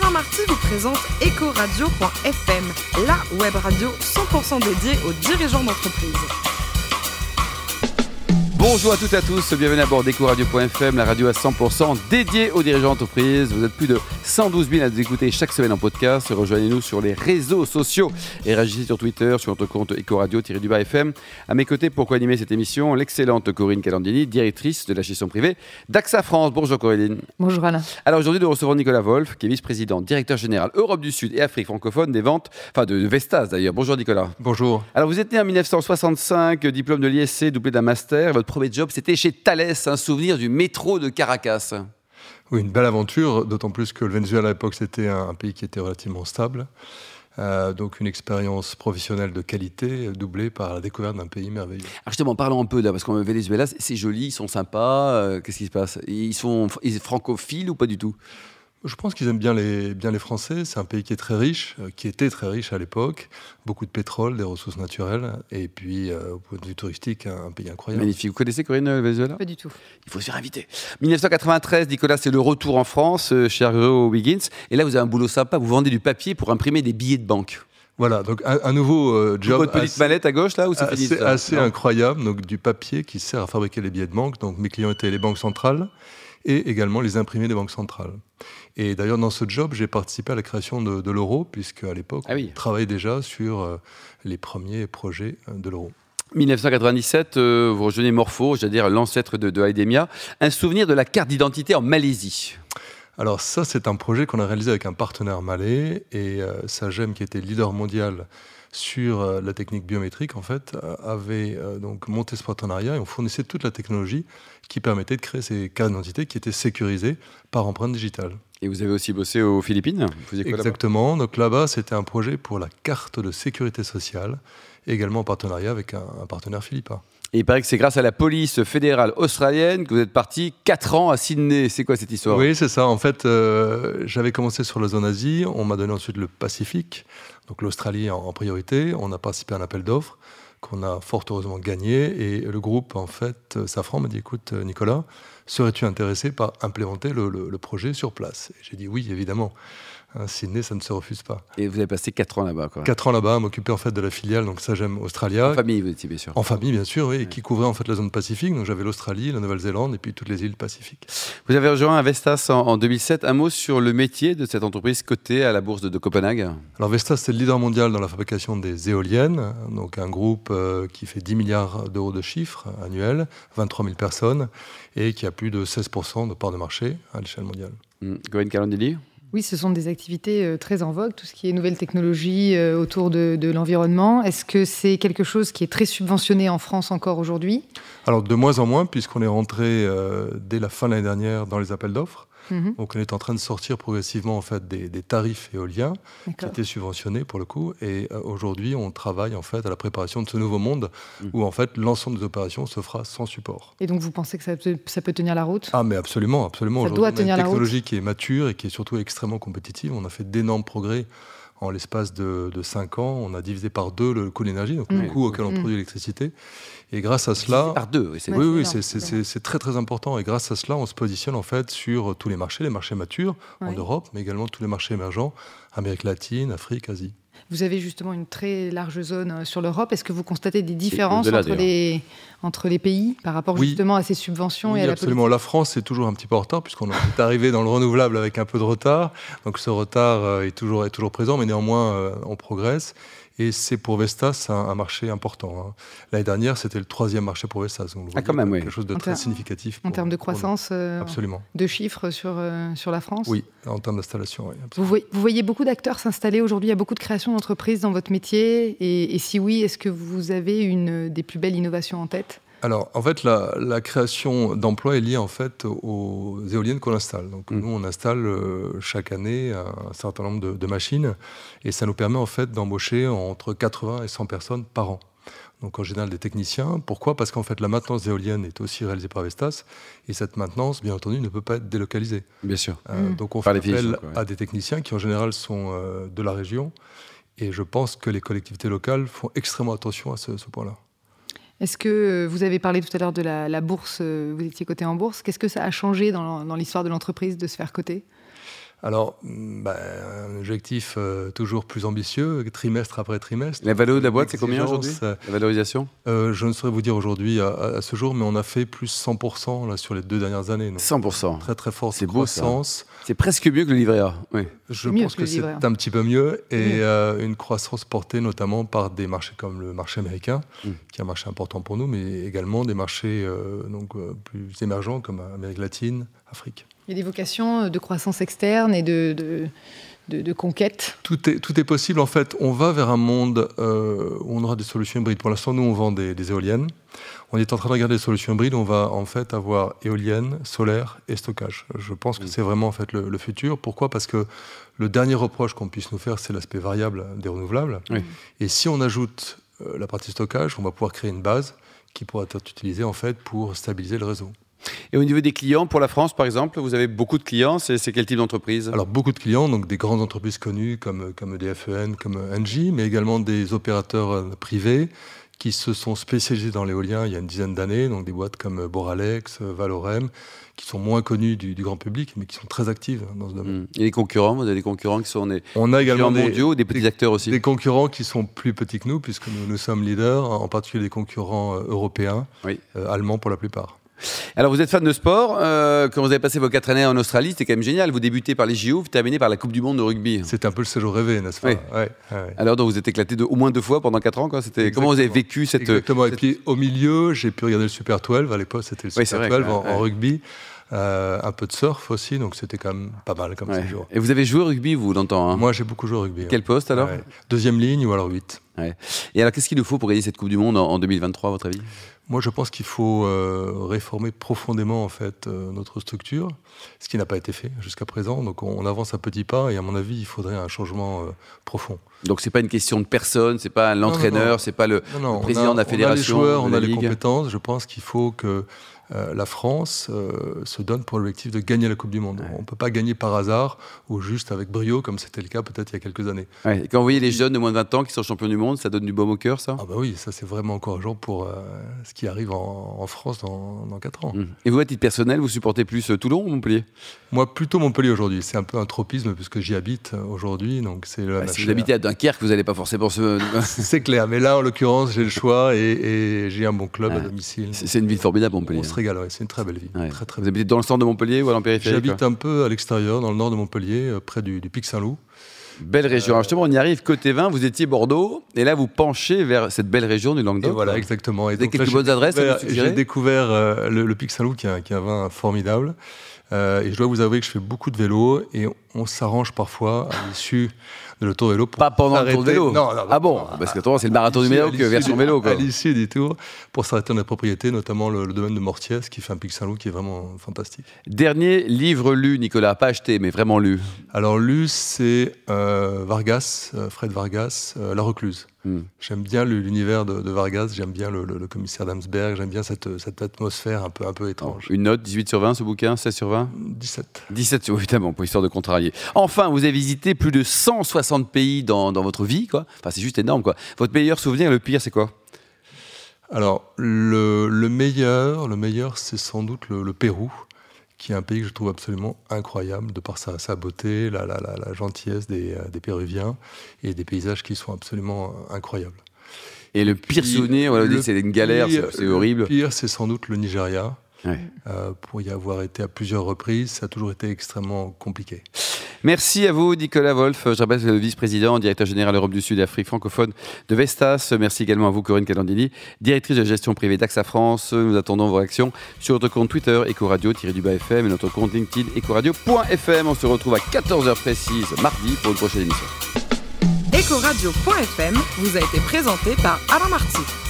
Saint-Marty vous présente Ecoradio.fm, la web radio 100% dédiée aux dirigeants d'entreprise. Bonjour à toutes et à tous, bienvenue à bord d'EcoRadio.fm, la radio à 100% dédiée aux dirigeants d'entreprise. Vous êtes plus de 112 000 à nous écouter chaque semaine en podcast. Rejoignez-nous sur les réseaux sociaux et réagissez sur Twitter, sur notre compte Ecoradio-FM. À mes côtés, pour co-animer cette émission, l'excellente Corinne Calandini, directrice de la gestion privée d'AXA France. Bonjour Corinne. Bonjour Alain. Alors aujourd'hui, nous recevons Nicolas Wolf, qui est vice-président, directeur général Europe du Sud et Afrique francophone des ventes, enfin de Vestas d'ailleurs. Bonjour Nicolas. Bonjour. Alors vous êtes né en 1965, diplôme de l'ISC, doublé d'un master. Votre premier job, c'était chez Thales, un souvenir du métro de Caracas. Oui, une belle aventure, d'autant plus que le Venezuela à l'époque, c'était un, un pays qui était relativement stable. Euh, donc une expérience professionnelle de qualité, euh, doublée par la découverte d'un pays merveilleux. Alors justement, parlons un peu là, parce qu'en Venezuela, c'est- c'est joli, ils sont sympas. euh, Qu'est-ce qui se passe Ils sont ils sont francophiles ou pas du tout Je pense qu'ils aiment bien les, bien les Français. C'est un pays qui est très riche, euh, qui était très riche à l'époque. Beaucoup de pétrole, des ressources naturelles, et puis euh, au point de vue touristique, un, un pays incroyable. Magnifique. Vous connaissez Corinne le Venezuela Pas du tout. Il faut se faire inviter. 1993, Nicolas, c'est le retour en France euh, chez Argo Wiggins. Et là, vous avez un boulot sympa. Vous vendez du papier pour imprimer des billets de banque. Voilà, donc un, un nouveau euh, job. Votre petite assez- mallette à gauche, là, où c'est assez, fini ça assez Non. incroyable, donc du papier qui sert à fabriquer les billets de banque. Donc mes clients étaient les banques centrales et également les imprimés des banques centrales. Et d'ailleurs, dans ce job, j'ai participé à la création de, de l'euro, puisque à l'époque, Ah oui. on travaillait déjà sur euh, les premiers projets euh, de l'euro. 1997, euh, vous rejoignez Morpho, c'est-à-dire l'ancêtre de, de Idemia. Un souvenir de la carte d'identité en Malaisie. Alors ça, c'est un projet qu'on a réalisé avec un partenaire malais et euh, Sagem, qui était leader mondial sur euh, la technique biométrique, en fait, euh, avait euh, donc monté ce partenariat et on fournissait toute la technologie qui permettait de créer ces cartes d'identité qui étaient sécurisées par empreinte digitale. Et vous avez aussi bossé aux Philippines Vous faisiez quoi là-bas Exactement. Donc là-bas, c'était un projet pour la carte de sécurité sociale, également en partenariat avec un, un partenaire philippin. Et il paraît que c'est grâce à la police fédérale australienne que vous êtes parti 4 ans à Sydney. C'est quoi cette histoire Oui, c'est ça. En fait, euh, j'avais commencé sur la zone Asie. On m'a donné ensuite le Pacifique, donc l'Australie en, en priorité. On a participé à un appel d'offres qu'on a fort heureusement gagné. Et le groupe, en fait, euh, Safran m'a dit écoute, euh, Nicolas, serais-tu intéressé par implémenter le, le- le projet sur place Et J'ai dit oui, évidemment. Hein, Sydney, ça ne se refuse pas. Et vous avez passé 4 ans là-bas, quoi. Quatre ans là-bas, à m'occuper en fait de la filiale, donc ça j'aime Australia, En famille, vous étiez bien sûr. En famille, bien sûr, oui, et qui couvrait en fait la zone pacifique. Donc j'avais l'Australie, la Nouvelle-Zélande et puis toutes les îles pacifiques. Vous avez rejoint Vestas en, en 2007. Un mot sur le métier de cette entreprise cotée à la bourse de, de Copenhague. Alors Vestas, c'est le leader mondial dans la fabrication des éoliennes, donc un groupe euh, qui fait 10 milliards d'euros de chiffres annuels, 23 000 personnes, et qui a plus de 16% de part de marché à l'échelle mondiale. Hmm. Corinne Calandini Oui, ce sont des activités euh, très en vogue, tout ce qui est nouvelles technologies euh, autour de, de l'environnement. Est-ce que c'est quelque chose qui est très subventionné en France encore aujourd'hui Alors de moins en moins, puisqu'on est rentré euh, dès la fin de l'année dernière dans les appels d'offres, Mhm, donc on est en train de sortir progressivement en fait des- des tarifs éoliens. qui D'accord. était subventionné pour le coup. Et euh, aujourd'hui, on travaille en fait à la préparation de ce nouveau monde Mm. où en fait l'ensemble des opérations se fera sans support. Et donc vous pensez que ça peut, ça peut tenir la route Ah mais absolument, absolument. Ça Aujourd'hui, doit on a tenir une la technologie qui est mature et qui est surtout extrêmement compétitive. On a fait d'énormes progrès en l'espace de, 5 ans. On a divisé par deux le coût de l'énergie, donc Mm. le coût auquel on Mm. produit l'électricité. Et grâce à Divisé cela... par deux. oui, c'est- Ouais. Oui, oui, c'est c'est- énorme, c'est c'est c'est- c'est très très important. Et grâce à cela, on se positionne en fait sur tous les marchés, les marchés matures en Ouais. Europe, mais également tous les marchés émergents, Amérique latine, Afrique, Asie. Vous avez justement une très large zone euh, sur l'Europe. Est-ce que vous constatez des différences au-delà, entre les, entre les pays par rapport Oui. justement à ces subventions Oui, et à la absolument. La France est toujours un petit peu en retard puisqu'on est arrivé dans le renouvelable avec un peu de retard. Donc ce retard euh, est toujours, est toujours présent, mais néanmoins euh, on progresse. Et c'est pour Vestas un, un marché important. hein. L'année dernière, c'était le troisième marché pour Vestas. Donc, vous Ah, quand voyez, même, oui. quelque chose de En très ter- significatif. politique En pour- termes de pour nous. croissance, euh, Absolument. de chiffres sur, euh, sur la France Oui, en termes d'installation. oui, absolument. Vous voyez, vous voyez beaucoup d'acteurs s'installer aujourd'hui, il y a beaucoup de créations d'entreprises dans votre métier. Et, et si oui, est-ce que vous avez une des plus belles innovations en tête Alors, en fait, la, la création d'emplois est liée en fait aux éoliennes qu'on installe. Donc, Mm. nous, on installe euh, chaque année un certain nombre de, de machines, et ça nous permet en fait d'embaucher entre 80 et 100 personnes par an. Donc, en général, des techniciens. Pourquoi Parce qu'en fait, la maintenance éolienne est aussi réalisée par Vestas, et cette maintenance, bien entendu, ne peut pas être délocalisée. Bien sûr. Euh, Mm. Donc on Par fait définition, appel quoi, ouais. à des techniciens qui en général sont euh, de la région. Et je pense que les collectivités locales font extrêmement attention à ce, ce point-là. Est-ce que euh, vous avez parlé tout à l'heure de la, la bourse, euh, vous étiez coté en bourse, qu'est-ce que ça a changé dans, dans l'histoire de l'entreprise de se faire coter Alors, mm, ben, un objectif euh, toujours plus ambitieux, trimestre après trimestre. La valeur de la boîte, c'est combien aujourd'hui Exigence, euh, La valorisation euh, Je ne saurais vous dire aujourd'hui à, à- à ce jour, mais on a fait plus 100% là, sur les deux dernières années. Donc, 100%. très très forte C'est beau, ça. croissance. C'est presque mieux que le livret A. Oui. Je Mieux pense que que le c'est livret A. un petit peu mieux et Mieux. euh, une croissance portée notamment par des marchés comme le marché américain, Mm. qui est un marché important pour nous, mais également des marchés euh, donc, euh, plus émergents comme Amérique latine, Afrique. Il y a des vocations euh, de croissance externe et de, de, de- de conquête. Tout est, tout est possible en fait. On va vers un monde euh, où on aura des solutions hybrides. Pour l'instant, nous, on vend des, des éoliennes. On est en train de regarder des solutions hybrides. On va en fait avoir éoliennes, solaire et stockage. Je pense que c'est vraiment en fait le, le futur. Pourquoi Parce que le dernier reproche qu'on puisse nous faire, c'est l'aspect variable des renouvelables. Oui. Et si on ajoute euh, la partie stockage, on va pouvoir créer une base qui pourra être utilisée en fait pour stabiliser le réseau. Et au niveau des clients, pour la France par exemple, vous avez beaucoup de clients. C'est c'est quel type d'entreprise Alors beaucoup de clients, donc des grandes entreprises connues comme, comme EDFEN, comme Engie, mais également des opérateurs euh, privés qui se sont spécialisés dans l'éolien il y a une dizaine d'années, donc des boîtes comme Boralex, euh, Valorem, qui sont moins connues du, du grand public, mais qui sont très actives hein, dans ce domaine. Hmm. Et les concurrents, vous avez des concurrents qui sont des On a clients également des, mondiaux, des petits acteurs aussi. des concurrents qui sont plus petits que nous, puisque nous, nous sommes leaders, en particulier des concurrents euh, européens, Oui. euh, allemands pour la plupart. Alors vous êtes fan de sport. euh, quand vous avez passé vos quatre années en Australie, c'était quand même génial. Vous débutez par les JO, vous terminez par la Coupe du Monde de rugby. C'est un peu le séjour rêvé, n'est-ce pas Mm. Oui. Ouais, ouais. Alors donc vous êtes éclaté de, au moins deux fois pendant quatre ans. quoi. C'était comment vous avez Exactement. vécu cette Exactement. Et cette- puis au milieu, j'ai pu regarder le Super 12. À l'époque, c'était le Oui, c'est Super vrai, 12 ouais, en, en ouais. rugby. Euh, un peu de surf aussi, donc c'était quand même pas mal comme Ouais. séjour. Et vous avez joué au rugby, vous l'entendez. Moi, j'ai beaucoup joué au rugby. hein Quel ouais. poste alors Ouais. Deuxième ligne ou alors 8 Et alors qu'est-ce qu'il nous faut pour gagner cette Coupe du Monde en, en 2023, à votre avis Moi, je pense qu'il faut euh, réformer profondément en fait euh, notre structure, ce qui n'a pas été fait jusqu'à présent. Donc, on, on avance à petits pas, et à mon avis, il faudrait un changement euh, profond. Donc c'est pas une question de personne, c'est pas non, l'entraîneur, c'est pas le. Non, non, Le on président a- de la fédération, On a les joueurs, de on la a les ligue. compétences. Je pense qu'il faut que euh, la France euh, se donne pour l'objectif de gagner la Coupe du Monde. On ne peut pas gagner par hasard ou juste avec brio, comme c'était le cas peut-être il y a quelques années. Ouais, et quand vous voyez les jeunes de moins de 20 ans qui sont champions du monde, ça donne du baume au cœur, ça. Ah bah oui, ça c'est vraiment encourageant pour euh, ce qui arrive en, en France dans, 4 ans. Mm. Et vous, à titre personnel, vous supportez plus euh, Toulon ou Montpellier Bah, Moi, plutôt Montpellier aujourd'hui. C'est un peu un tropisme puisque j'y habite euh, aujourd'hui. Donc c'est le Bah, Si MHR. vous habitez à Dunkerque, vous n'allez pas forcément se. C'est clair, mais là en l'occurrence, j'ai le choix et, et j'ai un bon club Ah. à domicile. C'est c'est une ville formidable, Montpellier. On se régale, ouais, c'est une très belle ville. Ouais. Très, très vous habitez dans le centre de Montpellier ou à l'empériphérie J'habite un peu à l'extérieur, dans le nord de Montpellier, euh, près du, du Pic Saint-Loup. Belle Euh, région. Alors justement, on y arrive côté vin. Vous étiez Bordeaux et là, vous penchez vers cette belle région du Et Languedoc. voilà, exactement. Et Vous avez donc là, quelques j'ai bonnes adresses à nous découvert- suggérer J'ai découvert euh, le, le Pic Saint-Loup, qui est, un- qui est un vin formidable. Euh, et je dois vous avouer que je fais beaucoup de vélo et on, on s'arrange parfois à l'issue de l'autovélo pour Pas pendant le tour de s'arrêter. vélo. Non, non, ah bon Parce que attends, c'est le marathon du l'issue- vélo à que l'issue version du- vélo. Quoi. À l'issue du tour, pour s'arrêter dans la propriété, notamment le, le domaine de Mortiès, qui fait un Pic Saint-Loup qui est vraiment fantastique. Dernier livre lu, Nicolas, pas acheté, mais vraiment lu. Alors, lu, c'est euh, Vargas, euh, Fred Vargas, euh, La Recluse. Hmm. J'aime bien le- l'univers de, de Vargas, j'aime bien le, le- le commissaire d'Amsberg, j'aime bien cette, cette atmosphère un peu, un peu étrange. Une note, 18 sur 20, ce bouquin, 16 sur 20 17. 17 sur 20, évidemment, pour histoire de contrarier. Enfin, vous avez visité plus de 160 pays dans, dans votre vie, quoi. Enfin, c'est juste énorme, quoi. Votre meilleur souvenir, le pire, c'est quoi Alors, le, le meilleur, le meilleur c'est sans doute le, le Pérou, qui est un pays que je trouve absolument incroyable, de par sa, sa beauté, la, la- la- la gentillesse des, euh, des Péruviens et des paysages qui sont absolument euh, incroyables. Et le pire Puis, souvenir, voilà, vous le dites, c'est une galère, c'est- pire- c'est horrible. Le pire, c'est sans doute le Nigeria. Ouais. Euh, pour y avoir été à plusieurs reprises, ça a toujours été extrêmement compliqué. Merci à vous, Nicolas Wolf. Je rappelle, vous êtes le vice-président, directeur général Europe du Sud et Afrique francophone de Vestas. Merci également à vous, Corinne Calandini, directrice de la gestion privée d'AXA France. Nous attendons vos réactions sur notre compte Twitter, Ecoradio-FM, et notre compte LinkedIn, Ecoradio.fm. On se retrouve à 14h précise, mardi, pour une prochaine émission. Ecoradio.fm vous a été présenté par Alain Marty.